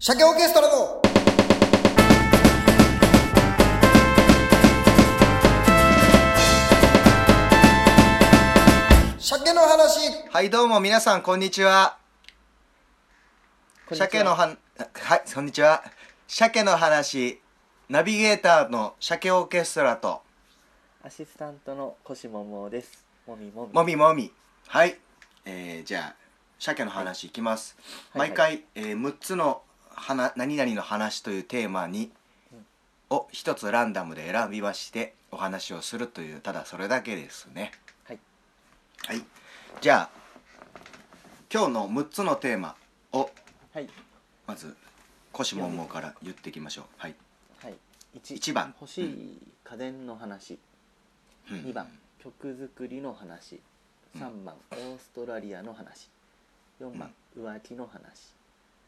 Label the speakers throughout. Speaker 1: 鮭オーケストラの鮭の話
Speaker 2: はい、どうも皆さん、こんにちは。
Speaker 1: こんにちは
Speaker 2: 鮭のは、はい、こんにちは。鮭の話、ナビゲーターの鮭オーケストラと、
Speaker 3: アシスタントのコシモモです。もみもみ。
Speaker 2: もみもみ。はい。えー、じゃあ、鮭の話いきます。
Speaker 3: はい
Speaker 2: 毎回、えー、6つの花、何々の話というテーマに、を一つランダムで選びまして、お話をするという、ただそれだけですね。
Speaker 3: はい。
Speaker 2: はい。じゃあ、今日の6つのテーマを、
Speaker 3: はい。
Speaker 2: まず腰ももから言っていきましょうはい
Speaker 3: はい。一
Speaker 2: 一番
Speaker 3: 欲しい家電の話。
Speaker 2: うん
Speaker 3: 二、番曲作りの話。
Speaker 2: うん
Speaker 3: 三番オーストラリアの話。四番、浮気の話。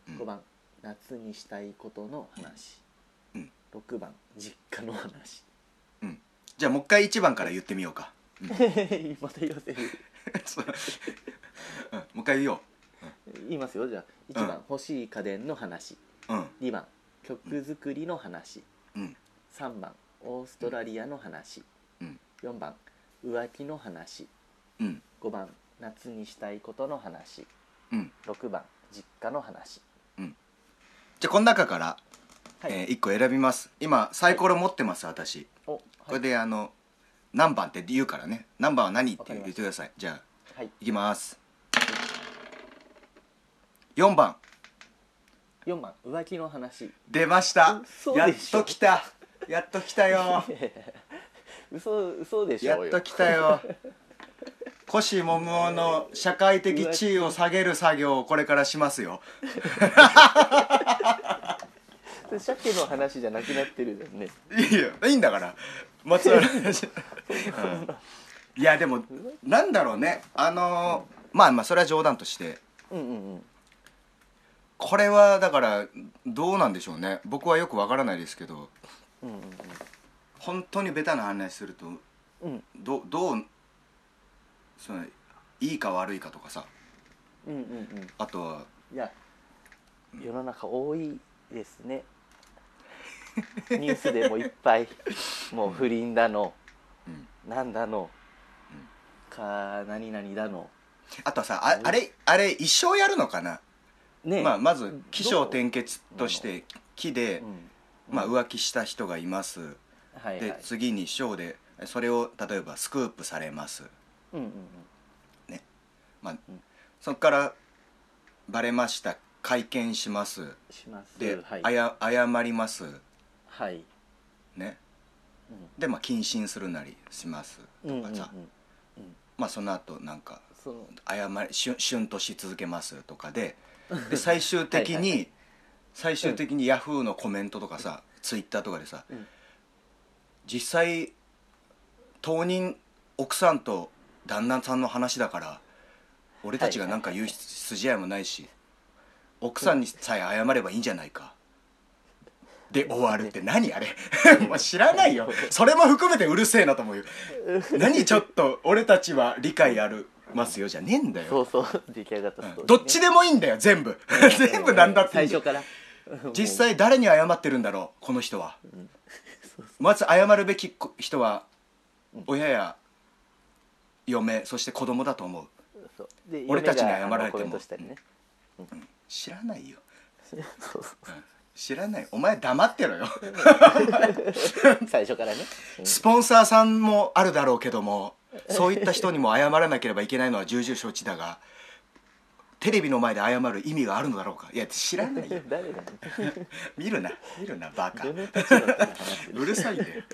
Speaker 2: うん
Speaker 3: 五番夏にしたいことの話
Speaker 2: うんうん。
Speaker 3: 六、番実家 の話。
Speaker 2: じゃあもう一回1番から言ってみようか
Speaker 3: また言わせる。
Speaker 2: そううんもう一回言おう
Speaker 3: 言いますよじゃあ一番、欲しい家電の話。
Speaker 2: うん
Speaker 3: 二番曲作りの話。
Speaker 2: うん
Speaker 3: 3番オーストラリアの話、
Speaker 2: うん
Speaker 3: 4番浮気の話
Speaker 2: うん
Speaker 3: 5番夏にしたいことの話
Speaker 2: うん
Speaker 3: 6番実家の話
Speaker 2: じゃあこの中から、
Speaker 3: はい、
Speaker 2: え1個選びます今サイコロ持ってます私
Speaker 3: おはい
Speaker 2: これであの何番って言うからね何番は何って
Speaker 3: わかり
Speaker 2: 言って
Speaker 3: ました
Speaker 2: くださいじゃあ
Speaker 3: はい
Speaker 2: いきます4番
Speaker 3: 4番浮気の話
Speaker 2: 出ました
Speaker 3: 嘘
Speaker 2: やっ
Speaker 3: でしょ
Speaker 2: と来たやっと来たよ
Speaker 3: 嘘嘘でし
Speaker 2: や
Speaker 3: ょう
Speaker 2: っ
Speaker 3: よ
Speaker 2: と来たよ腰もむおの社会的地位を下げる作業をこれからしますよ
Speaker 3: それ鮭の話じゃなくなってるじゃんね
Speaker 2: いいよいいんだから松原話、うん、いやでもなんだろうねあのーまあまあそれは冗談として
Speaker 3: うんうんうん
Speaker 2: これはだからどうなんでしょうね僕はよくわからないですけど
Speaker 3: うん
Speaker 2: 本当にベタな話すると
Speaker 3: うんうん
Speaker 2: どどうそのいいか悪いかとかさ
Speaker 3: うんうんうん
Speaker 2: あとはい
Speaker 3: や世の中多いですねニュースでもいっぱいもう不倫だの、
Speaker 2: うん
Speaker 3: なんだの、か何々だの
Speaker 2: あとはさああれあれ一生やるのかな
Speaker 3: ね
Speaker 2: まあ、まず起承
Speaker 3: どう
Speaker 2: 転結として木で
Speaker 3: う、ん
Speaker 2: まあ、浮気した人がいます
Speaker 3: はいはい
Speaker 2: で次に小でそれを例えばスクープされます、
Speaker 3: うんうんうん
Speaker 2: まあ
Speaker 3: ん、
Speaker 2: そこからバレました会見します
Speaker 3: します
Speaker 2: で、
Speaker 3: はい
Speaker 2: あや謝ります
Speaker 3: はい
Speaker 2: ね
Speaker 3: うん
Speaker 2: でまあ謹慎するなりしますと
Speaker 3: うんうんう
Speaker 2: か
Speaker 3: ん
Speaker 2: さ、まあその後なんか
Speaker 3: その
Speaker 2: 謝りしゅしゅんとし続けますとか でで最終的に
Speaker 3: はいは
Speaker 2: 最終的にヤフーのコメントとかさ、ツイッターとかでさ、
Speaker 3: うん
Speaker 2: 実際当人奥さんと旦那さんの話だから俺たちがなんか言う筋合いもないし奥さんにさえ謝ればいいんじゃないか。で終わるって何あれ もう知らないよそれも含めてうるせえなと思う よ何ちょっと俺たちは理解あるますよじゃねえんだよ
Speaker 3: そうそう出来上がったストーリーね、
Speaker 2: どっちでもいいんだよ全部 全部なんだってい
Speaker 3: 最
Speaker 2: い
Speaker 3: 初から
Speaker 2: 実際誰に謝ってるんだろうこの人はまず謝るべき人は親や嫁そして子供だと思う
Speaker 3: そうで
Speaker 2: 俺たちに謝られても
Speaker 3: 嫁があのコメントしたり ね、
Speaker 2: 知らないよ
Speaker 3: そうそ
Speaker 2: 知らないお前黙ってろよ
Speaker 3: う最初からね、うん
Speaker 2: スポンサーさんもあるだろうけどもそういった人にも謝らなければいけないのは重々承知だがテレビの前で謝る意味があるのだろうかいや知らないよ
Speaker 3: 誰だよ
Speaker 2: 見るな見るなバカ
Speaker 3: どの立場から話して
Speaker 2: う
Speaker 3: る
Speaker 2: るさいね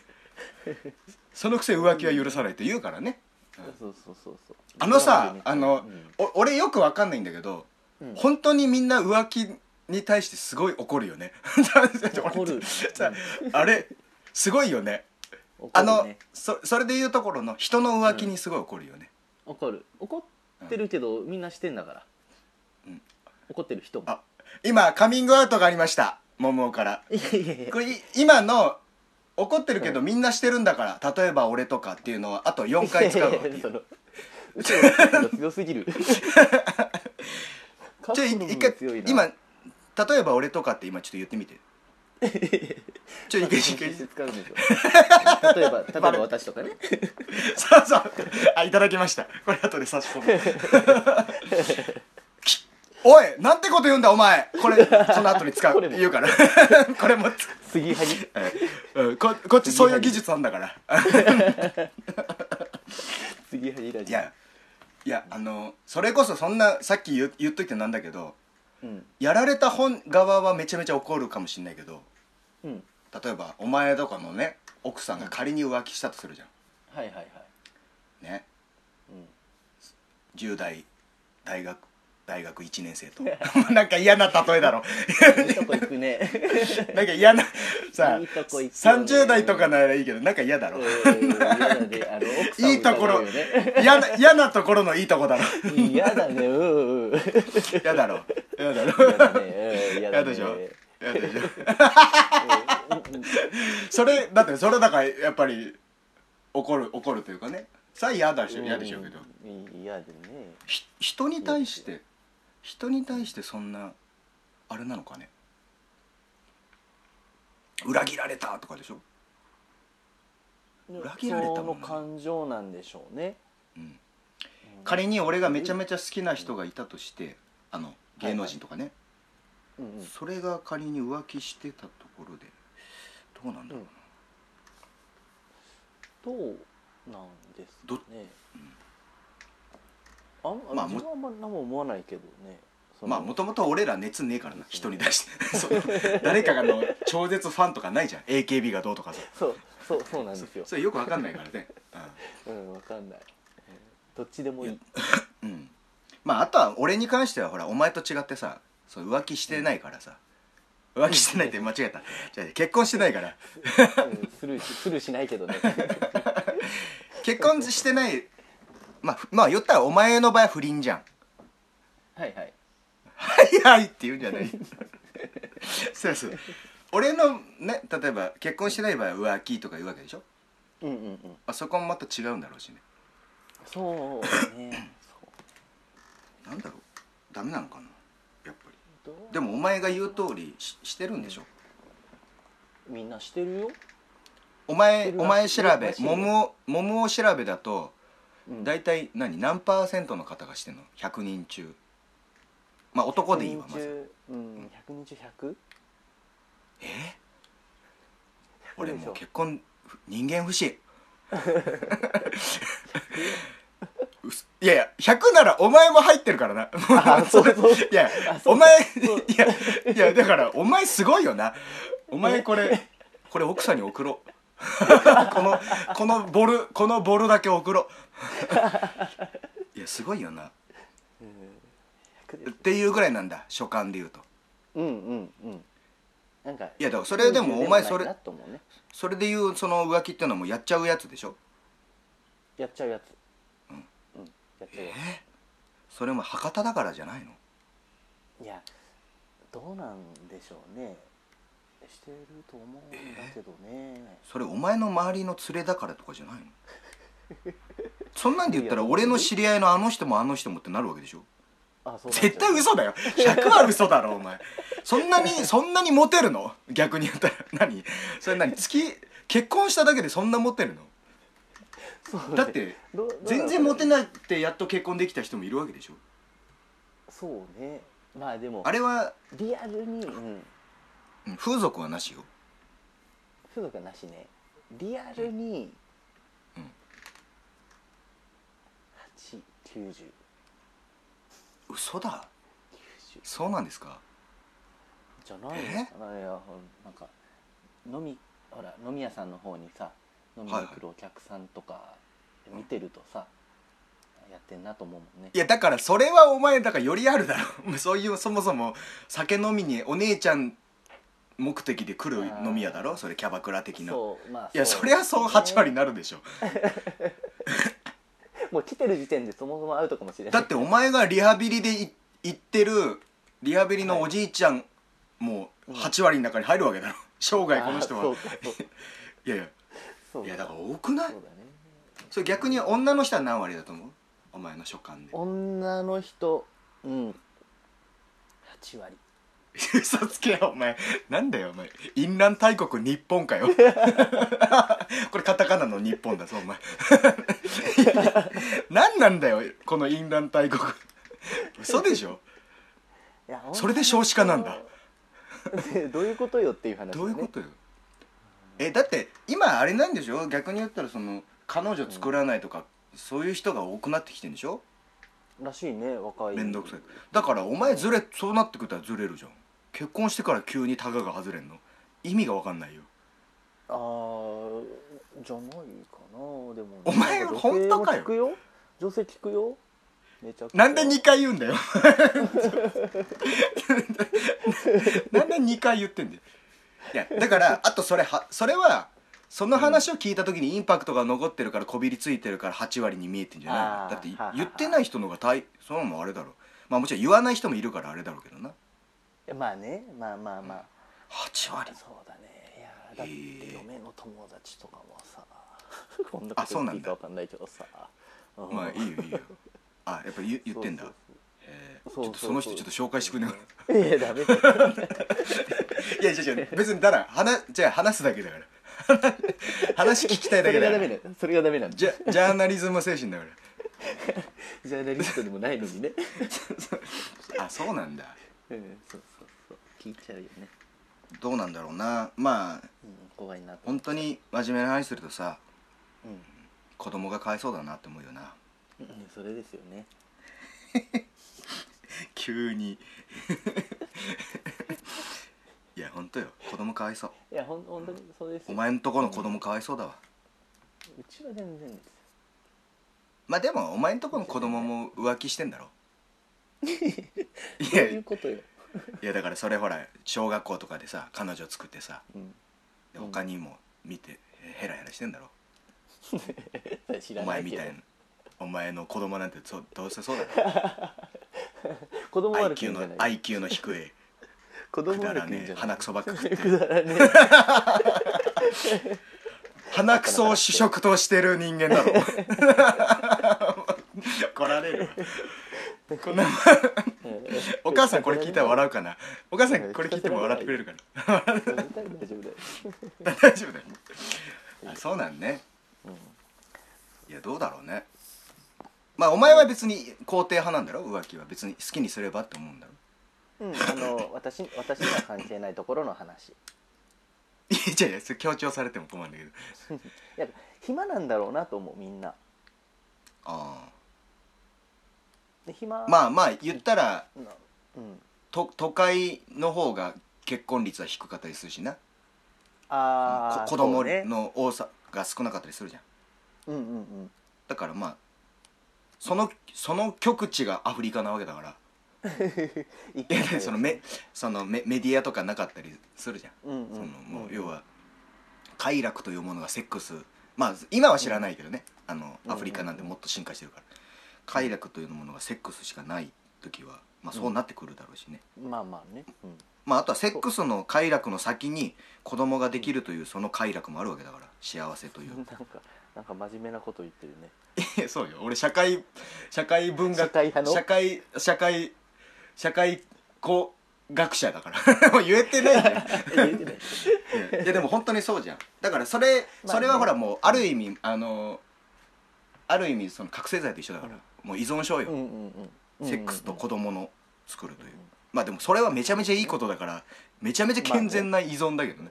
Speaker 2: そのくせ浮気は許さないって言うからね
Speaker 3: そうそうそうそう
Speaker 2: あのさ
Speaker 3: うん
Speaker 2: あの、お俺よくわかんないんだけど、
Speaker 3: うん
Speaker 2: 本当にみんな浮気に対してすごい怒るよね
Speaker 3: 怒る
Speaker 2: さあれすごいよね
Speaker 3: 怒
Speaker 2: あ
Speaker 3: る
Speaker 2: の
Speaker 3: ね
Speaker 2: そそれで言うところの人の浮気にすごい怒るよね、
Speaker 3: 怒る怒ってるけど、みんなしてんだから、
Speaker 2: うん
Speaker 3: 怒ってる人も
Speaker 2: あ今カミングアウトがありました桃から
Speaker 3: いやいやいや
Speaker 2: これい今の怒ってるけどみんなしてるんだから例えば俺とかっていうのはあと4回使うわ
Speaker 3: い
Speaker 2: け
Speaker 3: やい やその嘘の強すぎる
Speaker 2: ちょい
Speaker 3: 過去の
Speaker 2: 一回
Speaker 3: 強いな
Speaker 2: 今例えば俺とかって今ちょっと言ってみ てちょいけいけいけ
Speaker 3: 使うんですよ例えば例えば私とかね
Speaker 2: そうそうあいただきましたこれ後で差し込むき おいなんてこと言うんだお前これその後に使う
Speaker 3: これも
Speaker 2: 言うから これもつ
Speaker 3: 杉はぎ
Speaker 2: うんここっちそういう技術なんだから
Speaker 3: 杉はぎラ
Speaker 2: い
Speaker 3: ジオ
Speaker 2: やいやあのそれこそそんなさっき言言っといてなんだけど
Speaker 3: うん
Speaker 2: やられた本側はめちゃめちゃ怒るかもしれないけど
Speaker 3: うん
Speaker 2: 例えばお前とかのね奥さんが仮に浮気したとするじゃ
Speaker 3: はいはいはい
Speaker 2: んね
Speaker 3: うん
Speaker 2: 10代大学大学1年生と なんか嫌な例え だろ
Speaker 3: いいとこ行くね
Speaker 2: なんか嫌なさ
Speaker 3: いいとこ行くよね
Speaker 2: 30代とかならいいけどなんか嫌だろ、
Speaker 3: うん嫌だねあの奥さん
Speaker 2: いいところ
Speaker 3: 疑うよね
Speaker 2: 嫌な嫌なところのいいとこだろ
Speaker 3: 嫌だねうんうん
Speaker 2: 嫌だろ嫌だろ
Speaker 3: 嫌だねうん嫌だ
Speaker 2: 嫌
Speaker 3: ね
Speaker 2: でしょ嫌でしょそれだってそれだからやっぱり怒る怒るというかねさあ嫌だしょ嫌でしょうけど、
Speaker 3: うん嫌でね
Speaker 2: ひ人に対して人に対してそんなあれなのかね裏切られたとかでしょ裏切られたもんね
Speaker 3: その感情なんでしょうね
Speaker 2: 仮に俺がめちゃめちゃ好きな人がいたとしてあの芸能人とかね、
Speaker 3: うんうん
Speaker 2: それが仮に浮気してたところでどうなんだろうな、
Speaker 3: どうなんですか
Speaker 2: ど
Speaker 3: ねあん
Speaker 2: ま
Speaker 3: ま
Speaker 2: あ
Speaker 3: あ
Speaker 2: も
Speaker 3: 自分はあんま何も思わないけどねその
Speaker 2: まあもともと俺ら熱ねえからな人に対して その誰かがの超絶ファンとかないじゃん AKB がどうとかさ
Speaker 3: そうそうそうなんですよ
Speaker 2: それよくわかんないからね、
Speaker 3: うんわかんないどっちでもいい
Speaker 2: うん、うんまああとは俺に関してはほらお前と違ってさそう浮気してないからさ浮気してないって間違えたじゃあ結婚してないから
Speaker 3: うん スルーしスルーしないけどね
Speaker 2: 結婚してないまあふまあ言ったらお前の場合は不倫じゃん
Speaker 3: はいはい
Speaker 2: はいはいって言うんじゃない そうそう俺のね例えば結婚してない場合は浮気とか言うわけでしょ
Speaker 3: うんうんうん
Speaker 2: あそこもまた違うんだろうしね
Speaker 3: そうねそう
Speaker 2: なんだろうダメなのかなやっぱり
Speaker 3: どう
Speaker 2: でもお前が言う通りししてるんでしょ
Speaker 3: みんなしてるよ
Speaker 2: お前
Speaker 3: してる
Speaker 2: お
Speaker 3: ら
Speaker 2: 前
Speaker 3: し
Speaker 2: 調
Speaker 3: い
Speaker 2: べ
Speaker 3: してる
Speaker 2: 桃を桃を調べだと
Speaker 3: うん
Speaker 2: 大体何何パーセントの方がしてんの100人中まあ男でいいわ
Speaker 3: 100人
Speaker 2: まず
Speaker 3: 中うん100人中 100?
Speaker 2: え
Speaker 3: 100
Speaker 2: 俺
Speaker 3: でし
Speaker 2: もう
Speaker 3: ょ
Speaker 2: 結婚人間不信うすいやいや100ならお前も入ってるからな
Speaker 3: あそうそう
Speaker 2: れいや
Speaker 3: あそ
Speaker 2: お
Speaker 3: う
Speaker 2: 前いやいやだからお前すごいよなお前これこれ奥さんに送ろう このこのボールこのボールだけ送ろういやすごいよな
Speaker 3: 100で
Speaker 2: っ
Speaker 3: す
Speaker 2: ていうぐらいなんだ所感で言うと
Speaker 3: うんうんうんなんか
Speaker 2: いやだからそれでもお前それ
Speaker 3: ないなと思うね
Speaker 2: それで言うその浮気っていうのはもうやっちゃうやつでしょ
Speaker 3: やっちゃうやつうん、やっちゃうや
Speaker 2: それも博多だからじゃないの
Speaker 3: ついやどうなんでしょうねしてると思うんだけどね、
Speaker 2: それお前の周りの連れだからとかじゃないのそんなんで言ったら俺の知り合いのあの人もあの人もってなるわけでしょ
Speaker 3: あそうなん
Speaker 2: 絶対嘘だよ100は嘘だろお前そんなにそんなにモテるの逆に言ったら何それ何月結婚しただけでそんなモテるのだって全然モテ
Speaker 3: い
Speaker 2: なくてやっと結婚できた人もいるわけでしょ
Speaker 3: そうねまあでも
Speaker 2: あれは
Speaker 3: リアルに、うん、
Speaker 2: うん風俗はなしよ
Speaker 3: 風俗はなしねリアルに、
Speaker 2: うん
Speaker 3: 八九十
Speaker 2: 嘘だ
Speaker 3: 九十
Speaker 2: そうなんですか
Speaker 3: じゃないのかないやほんなんか飲みほら飲み屋さんの方にさ飲みに来るお客さんとか見てるとさ、やってんなと思うもんね
Speaker 2: いやだからそれはお前だからよりあるだろ そういうそもそも酒飲みにお姉ちゃん目的で来る飲み屋だろそれキャバクラ的な
Speaker 3: そうまあ
Speaker 2: いやそりゃそう8割になるでしょ
Speaker 3: もう来てる時点でそもそもアウトかもしれない
Speaker 2: だってお前がリハビリでい行ってるリハビリのおじいちゃんもう8割の中に入るわけだろ 生涯この人
Speaker 3: あそう
Speaker 2: は
Speaker 3: かそうか
Speaker 2: いやいや
Speaker 3: そう
Speaker 2: いやだから多くない
Speaker 3: そうだね
Speaker 2: それ逆に女の人は何割だと思うお前の所感で
Speaker 3: 女の人うん8割
Speaker 2: 嘘つけよお前なんだよお前淫乱大国日本かよ これカタカナの日本だぞお前 何なんだよこの淫乱大国嘘でしょ
Speaker 3: いや
Speaker 2: それで少子化なんだ
Speaker 3: 本当にでどう いうことよっていう話だね
Speaker 2: どういうことよえだって今あれなんでしょ逆に言ったらその彼女作らないとか、そういう人が多くなってきてんでしょ
Speaker 3: らしいね若い
Speaker 2: 面倒くさいだからお前ずれそうなってくたらずれるじゃん結婚してから急にタガが外れんの意味が分かんないよ
Speaker 3: あーじゃないかなでもね
Speaker 2: お前
Speaker 3: なん
Speaker 2: 本当かよ
Speaker 3: 女性も聞くよ女性聞くよめちゃくちゃ
Speaker 2: なんで2回言うんだよ なんで2回言ってんだよいやだからあとそれはそれはその話を聞いた時にインパクトが残ってるからこびりついてるから8割に見えてんじゃ
Speaker 3: あー
Speaker 2: ないのだ
Speaker 3: は
Speaker 2: っ
Speaker 3: は
Speaker 2: て言ってない人の方が大そのもあれだろまあもちろん言わない人もいるからあれだろうけどな
Speaker 3: まあねまあまあまあ、
Speaker 2: 8割
Speaker 3: そうだねいやだっ
Speaker 2: へー
Speaker 3: て嫁の友達とかもさ こんなこと
Speaker 2: そう
Speaker 3: 言
Speaker 2: な
Speaker 3: ってい
Speaker 2: ん
Speaker 3: いか
Speaker 2: だ
Speaker 3: わかんないけどさうん
Speaker 2: まあいいよいいよあやっぱ言言ってんだ
Speaker 3: そうそう
Speaker 2: えーち
Speaker 3: そう
Speaker 2: ょっとその人ちょっと紹介してくんね
Speaker 3: そういやダ メだよ
Speaker 2: いや違う違う別にただ話じゃあ話すだけだから 話話聞きたいだ
Speaker 3: そ
Speaker 2: け
Speaker 3: れ
Speaker 2: だか
Speaker 3: がダ
Speaker 2: ら
Speaker 3: メだよそれがダメなんだ
Speaker 2: ジャジャーナリズム精神だか
Speaker 3: ジャーナリストでもないのにね
Speaker 2: らあそうなんだ
Speaker 3: うんそうそうそう聞いちゃうよね、
Speaker 2: どうなんだろうなまあ
Speaker 3: うん、怖いなと思
Speaker 2: 本
Speaker 3: う
Speaker 2: 当に真面目な話するとさ
Speaker 3: うん
Speaker 2: 子供がかわいそうだなって思うよな
Speaker 3: うんそれですよね
Speaker 2: 急にいや本当よ子供かわいそう
Speaker 3: いやほん本当にそうですよ
Speaker 2: お前んとこの子供かわいそうだわ
Speaker 3: うちは全然ですよ
Speaker 2: まあでもお前んとこの子供も浮気してんだろい
Speaker 3: どう
Speaker 2: や
Speaker 3: いう
Speaker 2: い
Speaker 3: ことよ、
Speaker 2: やだからそれほら小学校とかでさ彼女作ってさ
Speaker 3: うん、
Speaker 2: で他にも見てヘラヘラしてんだろ
Speaker 3: 知
Speaker 2: お
Speaker 3: らな
Speaker 2: 前
Speaker 3: い
Speaker 2: み
Speaker 3: けど
Speaker 2: たいなお前の子供なんてそうどうせそうだろ
Speaker 3: 子供悪
Speaker 2: IQ
Speaker 3: く言うんじゃ
Speaker 2: の
Speaker 3: ないよ
Speaker 2: IQ の低い
Speaker 3: 子
Speaker 2: く
Speaker 3: 供
Speaker 2: だ
Speaker 3: 悪
Speaker 2: ら
Speaker 3: く言うん
Speaker 2: ね
Speaker 3: じゃない
Speaker 2: 鼻くそばっか食って
Speaker 3: くだらね
Speaker 2: 鼻くそを主食としてる人間だろ怒られるわこんなもん
Speaker 3: え
Speaker 2: お母さんこれ聞いたら笑うかなお母さ
Speaker 3: うんん
Speaker 2: これ聞いても笑ってくれるか
Speaker 3: 大丈夫だよ、
Speaker 2: な 大丈夫だよあそうなんね
Speaker 3: うん
Speaker 2: いやどうだろうねまあお前は別に肯定派なんだろ浮気は別に好きにすればって思うんだろ
Speaker 3: うん、あの私私には関係ないところの話い
Speaker 2: いやいやそれ強調されても困るんだけど
Speaker 3: や暇なんだろうなと思うみんな
Speaker 2: あ
Speaker 3: で暇
Speaker 2: あまあまあ言ったら
Speaker 3: なうん
Speaker 2: と都会の方が結婚率は低かったりするしな
Speaker 3: ああ
Speaker 2: こ子供
Speaker 3: ね
Speaker 2: の多さが少なかったりするじゃん
Speaker 3: うんうんうん
Speaker 2: だからまあそのその極地がアフリカなわけだから
Speaker 3: 一
Speaker 2: い
Speaker 3: 回
Speaker 2: やだってそのメそのメメディアとかなかったりするじゃん、
Speaker 3: うんうん
Speaker 2: そのも
Speaker 3: う
Speaker 2: うん要は快楽というものがセックスまあ今は知らないけどね、あの
Speaker 3: うん
Speaker 2: アフリカなんてもっと進化してるから、快楽というものがセックスしかない時は、まあ、そうなってくるだろうしね、
Speaker 3: まあまあね、うん、
Speaker 2: まあ、あとはセックスの快楽の先に子供ができるというその快楽もあるわけだから幸せとい
Speaker 3: なん
Speaker 2: う
Speaker 3: かなんか真面目なこと言ってるね
Speaker 2: いや そうよ俺社会社会文学
Speaker 3: 社会派の
Speaker 2: 社会社会社会こ学者だから もう言えてないじゃん
Speaker 3: え言ってない
Speaker 2: いやでも本当にそうじゃんだからそれ、
Speaker 3: まあね
Speaker 2: それはほらもうある意味あのある意味その覚醒剤と一緒だから、もう依存症よ、
Speaker 3: うんうんうん
Speaker 2: セックスと子供の作るという、まあでもそれはめちゃめちゃいいことだからめちゃめちゃ健全な依存だけどね,、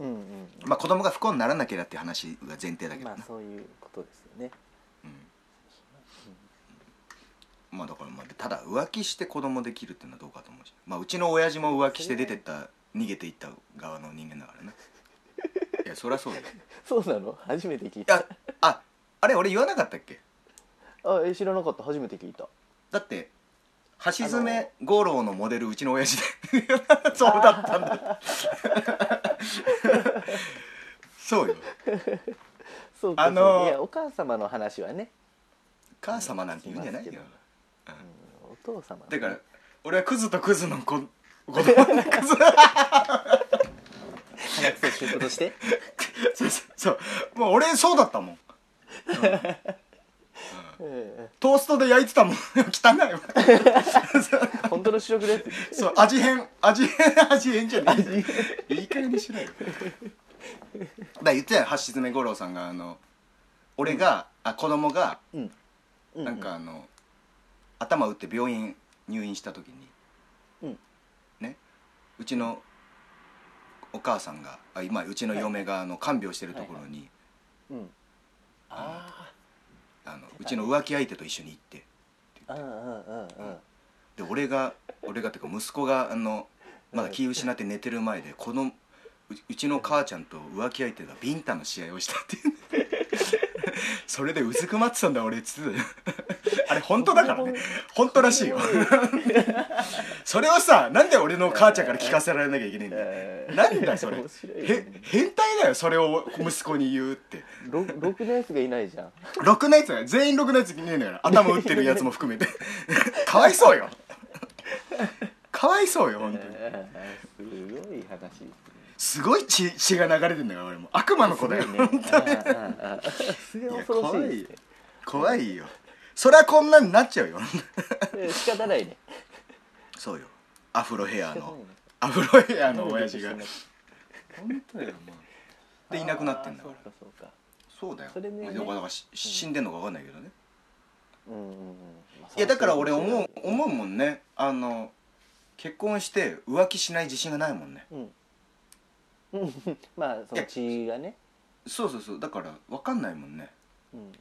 Speaker 3: うんうんうん
Speaker 2: まあ、子供が不幸にならなければっていう話が前提だけど
Speaker 3: ま
Speaker 2: な、
Speaker 3: あそういうことですよね
Speaker 2: まあだからまあただ浮気して子供できるっていうのはどうかと思うし、まあ、うちの親父も浮気して出てった逃げていった側の人間だからねいやそりゃそうだよ
Speaker 3: そうなの初めて聞い
Speaker 2: いや
Speaker 3: た
Speaker 2: ああれ俺言わなかったっけ
Speaker 3: あえ知らなかった初めて聞いた
Speaker 2: だって橋爪五郎のモデルうちの親父で そうだったんだそうよ
Speaker 3: そうか
Speaker 2: あのー
Speaker 3: そうかいやお母様の話はね、
Speaker 2: 母様なんて言うんじゃないよ
Speaker 3: うんお父様の
Speaker 2: だから俺はクズとクズの子子供のクズ
Speaker 3: 鼻くそ仕事 して
Speaker 2: そうそうそうもう俺そうだったもん
Speaker 3: え
Speaker 2: トーストで焼いてたもん汚いわ
Speaker 3: え本当の主食です
Speaker 2: そう味変味変味変じゃね
Speaker 3: 味
Speaker 2: えいい加減にしろよだから言ってたよ橋爪五郎さんがあの俺が、あ子供が
Speaker 3: うんう
Speaker 2: なんかあの、頭打って病院入院した時に、
Speaker 3: うん
Speaker 2: ねうちのお母さんがあ今うちの嫁があの看病してるところに、
Speaker 3: うんあ
Speaker 2: あのうちの浮気相手と一緒に行って
Speaker 3: あうんうんうんうん
Speaker 2: で俺が俺がっていうか息子があのまだ気を失って寝てる前でこのううちの母ちゃんと浮気相手がビンタの試合をしたっていうね それでうずくまってたんだ俺っつってたよ あれ本当だからね本当らしいよ それをさなんで俺の母ちゃんから聞かせられなきゃいけないんだよ
Speaker 3: えー
Speaker 2: なんだそれ
Speaker 3: 面白い
Speaker 2: へ変態だよそれを息子に言うって
Speaker 3: ろ6年生がいないじゃん
Speaker 2: ろくなやつが全員ろくなやついねえんだから頭打ってるやつも含めて かわいそうよかわいそうよ本当に
Speaker 3: えーすごい話ですね
Speaker 2: すごい血血が流れてんだから俺も悪魔の子だよ
Speaker 3: すごいねああああそれ
Speaker 2: い
Speaker 3: は
Speaker 2: や
Speaker 3: 恐ろしい
Speaker 2: 怖
Speaker 3: で
Speaker 2: い
Speaker 3: す
Speaker 2: よ怖いよそりゃこんなになっちゃうよ
Speaker 3: ねえー仕方ないね
Speaker 2: そうよアフロヘア
Speaker 3: 仕方ない
Speaker 2: の
Speaker 3: ね
Speaker 2: アフロヘアの親父が
Speaker 3: なんで
Speaker 2: 本当よもうでいなくなってんだから
Speaker 3: あーそうかそ
Speaker 2: そ
Speaker 3: うか
Speaker 2: うだよ
Speaker 3: それね
Speaker 2: まあだからし死んでんのか分かんないけどね
Speaker 3: うんうんうんまあ
Speaker 2: いやだから俺思う思うもんねあの結婚して浮気しない自信がないもんね
Speaker 3: うんうんまあその血がね
Speaker 2: そうそうそうだから分かんないもんね
Speaker 3: うん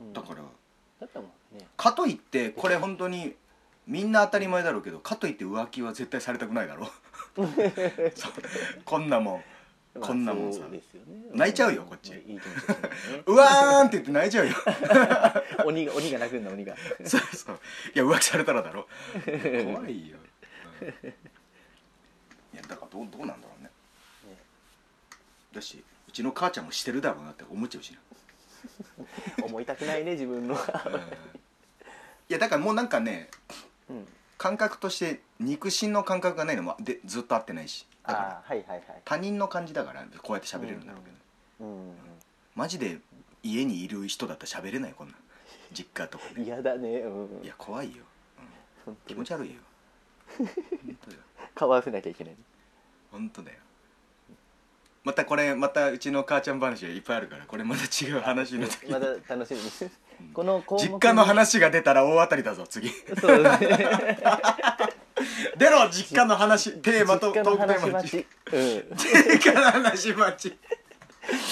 Speaker 3: うん
Speaker 2: だから
Speaker 3: だったもんね
Speaker 2: かといってこれ本当にみんな当たり前だろうけどかといって浮気は絶対されたくないだ ろそうこんなもん
Speaker 3: まあ
Speaker 2: こんなもんさ
Speaker 3: そうですよね
Speaker 2: 泣いちゃうよこっち
Speaker 3: まあいい気持ちですよね
Speaker 2: うわーんって言って泣いちゃうよ
Speaker 3: 鬼が鬼が泣くんだ鬼が
Speaker 2: そうそういや浮気されたらだろ怖いよ、うんいやだからどうどうなんだろうね
Speaker 3: ね
Speaker 2: だしうちの母ちゃんもしてるだろうなって思っちゃうしな
Speaker 3: 思いたくないね自分の
Speaker 2: うんいやだからもうなんかね
Speaker 3: うん
Speaker 2: 感覚として肉親の感覚がないのもでずっと合ってないしだから
Speaker 3: ああはいはいはい
Speaker 2: 他人の感じだからこうやって喋れるんだろうけど、
Speaker 3: うん
Speaker 2: マジで家にいる人だったら喋れないこんなん実家とかね
Speaker 3: 嫌だねうん
Speaker 2: いや怖いよ
Speaker 3: 本当
Speaker 2: 気
Speaker 3: に
Speaker 2: 持ち悪いよ本当だよ
Speaker 3: 顔合わせなきゃいけない
Speaker 2: 本当だよまたこれまたうちの母ちゃん話がいっぱいあるからこれまた違う話になって
Speaker 3: まだ楽しみに この項目に
Speaker 2: 実家の話が出たら大当たりだぞ次
Speaker 3: そうですね
Speaker 2: 出ろ実家の話テーマと
Speaker 3: 実家
Speaker 2: ト
Speaker 3: の
Speaker 2: ークテ
Speaker 3: 話
Speaker 2: ーマ
Speaker 3: 待ち うん
Speaker 2: 実家の話待ち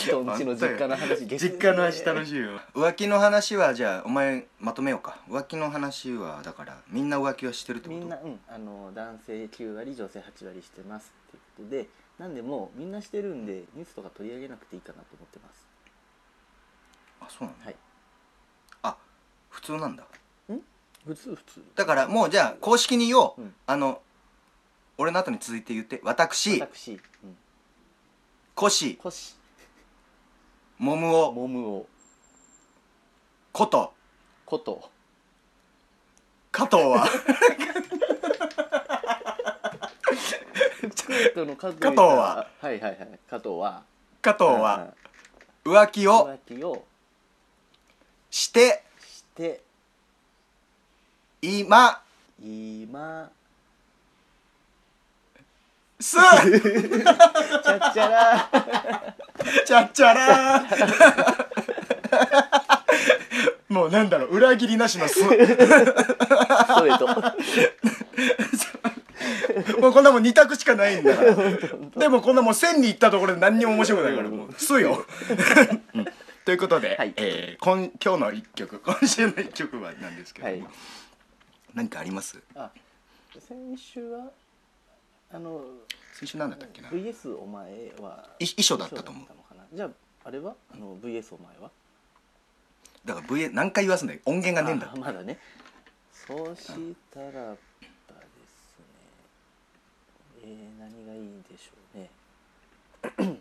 Speaker 3: 人んちの実家の話
Speaker 2: 実家の話楽しいよ浮気の話はじゃあお前まとめようか浮気の話はだからみんな浮気はしてるってこ
Speaker 3: み
Speaker 2: と
Speaker 3: んな、うん、あの男性9割女性8割してますっていうことでなんでもうみんなしてるんでニュースとか取り上げなくていいかなと思ってます
Speaker 2: あそうなんだ
Speaker 3: はい
Speaker 2: あ普通なんだ
Speaker 3: 普通普通
Speaker 2: だからもうじゃあ公式に言おう、
Speaker 3: うん
Speaker 2: あの俺の後に続いて言って私
Speaker 3: 私、うん、
Speaker 2: コシ
Speaker 3: 腰
Speaker 2: モムオ
Speaker 3: もむを
Speaker 2: こと
Speaker 3: こと
Speaker 2: 加藤 は
Speaker 3: 加藤の加藤
Speaker 2: 加藤は
Speaker 3: はいはいはい加藤は
Speaker 2: 加藤は浮気
Speaker 3: うん
Speaker 2: を
Speaker 3: 浮気を
Speaker 2: して
Speaker 3: して
Speaker 2: いま
Speaker 3: 今
Speaker 2: すち
Speaker 3: ちゃっちゃら
Speaker 2: ゃっちゃらー もうなんだろう裏切りなしのす
Speaker 3: ストレート
Speaker 2: もうこんなもん2択しかないんだ からでもこんなもう1000に行ったところで何にも面白くないからもうすよ、うん ということで、
Speaker 3: はい
Speaker 2: えー今今日の一曲 今週の一曲はなんですけども、
Speaker 3: はい
Speaker 2: 何かあります
Speaker 3: あ先週はあの
Speaker 2: 先週何だったっけな、い
Speaker 3: VS お前は
Speaker 2: 衣装だったと思う
Speaker 3: 衣装だったのかなじゃああれはあの VS お前は
Speaker 2: だから VA 何回言わすんだよ音源がねえんだ
Speaker 3: あまだねそうしたらばですねえー、何がいいでしょう ね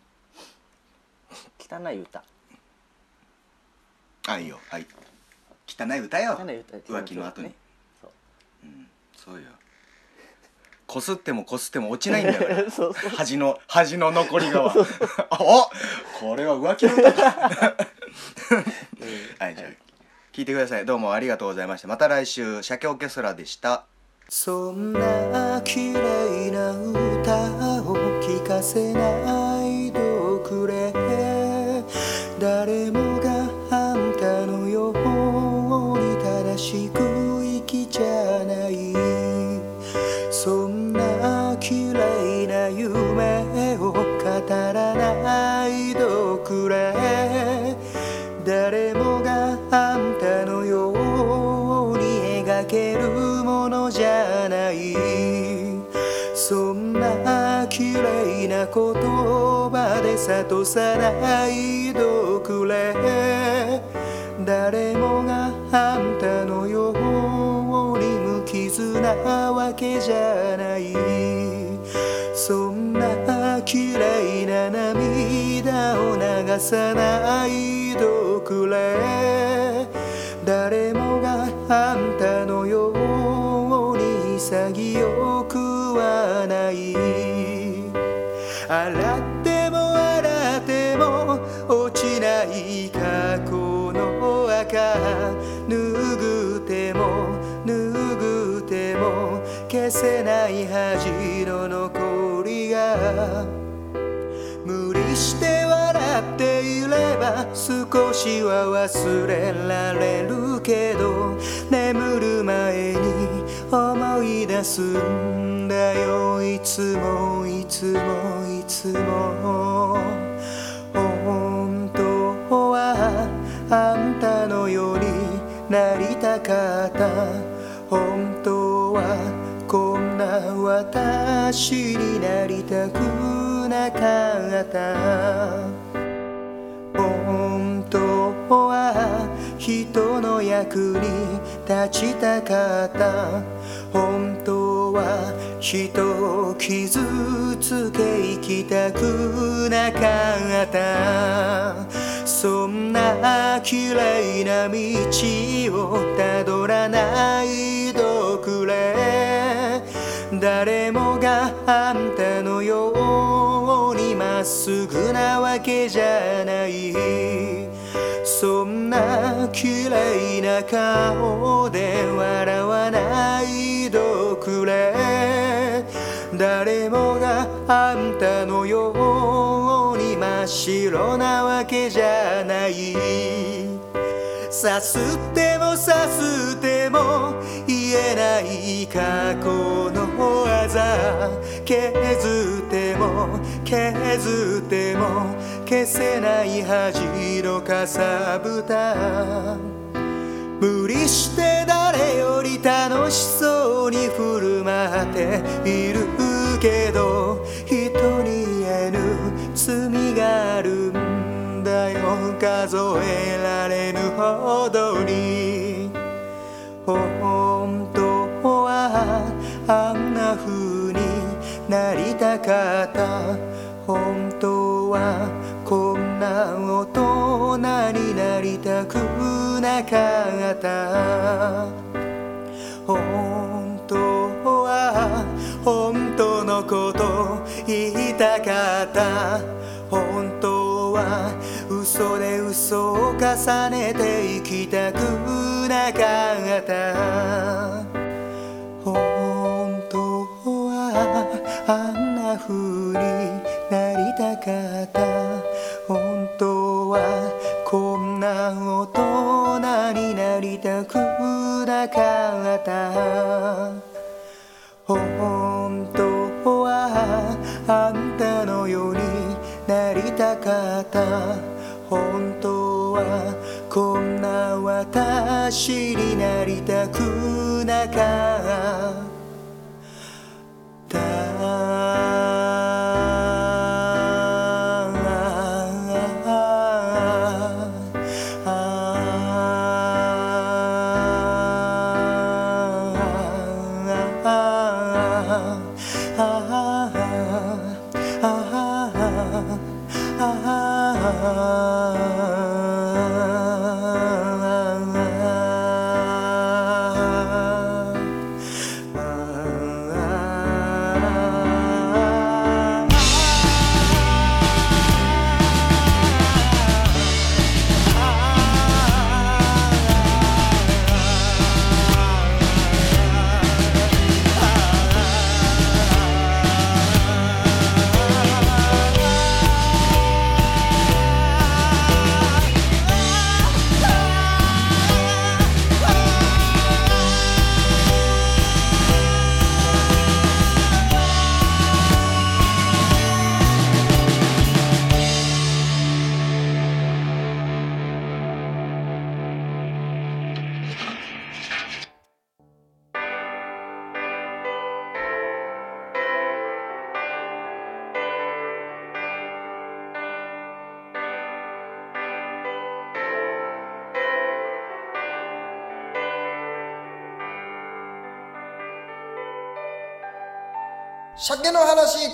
Speaker 3: 汚い歌
Speaker 2: あいいよはい汚い歌よ
Speaker 3: 汚い歌
Speaker 2: 浮気の後に、
Speaker 3: そう
Speaker 2: そうよこすってもこすっても落ちないんだから
Speaker 3: そうそう
Speaker 2: 端の端の残りがは おこれは浮 気の歌かはいじゃあ聞いてくださいどうもありがとうございましたまた来週「写経オーケストラ」でした
Speaker 4: そんな綺麗な歌を聞かせないでおくれ誰もがあんたのように正しく生きじゃないそんな綺麗な夢を語らないでおくれ誰もがあんたのように描けるものじゃないそんな綺麗な言葉で諭さないどくれ誰もがあんたのように無傷なわけじゃないそんな綺麗な涙を流さないどくれ誰もがあんたのように潔くはない洗っても洗っても落ちない過去の赤拭っても拭っても消せない恥の残りが無理して笑っていれば少しは忘れられるけど眠る前に思い出すんだよいつもいつもいつも本当はあんたのようになりたかった本当はこんな私になりたくなかった本当は人の役に立ちたかった本当は人を傷つけ生きたくなかったそんな綺麗な道をたどらないどくれ誰もがあんたのようにまっすぐなわけじゃないそんな綺麗な顔で笑わないどくれ誰もがあんたのように真っ白なわけじゃないさすってもさすっても言えない過去のあざ削っても削っても消せない恥のかさぶた無理して誰より楽しそうに振る舞っているけど人に言えぬ罪があるんだよ数えられぬほどに本当はあんな風になりたかった本当はこんな大人になりたくなかった本当は本当のこと言いたかった本当は嘘で嘘を重ねて生きたくなかった本当はあんな風になりたかった本当はこんな大人になりたくなかった本当はあんたのようになりたかった本当はこんな私になりたくなかった Ah, ああ ah.
Speaker 1: 鮭の話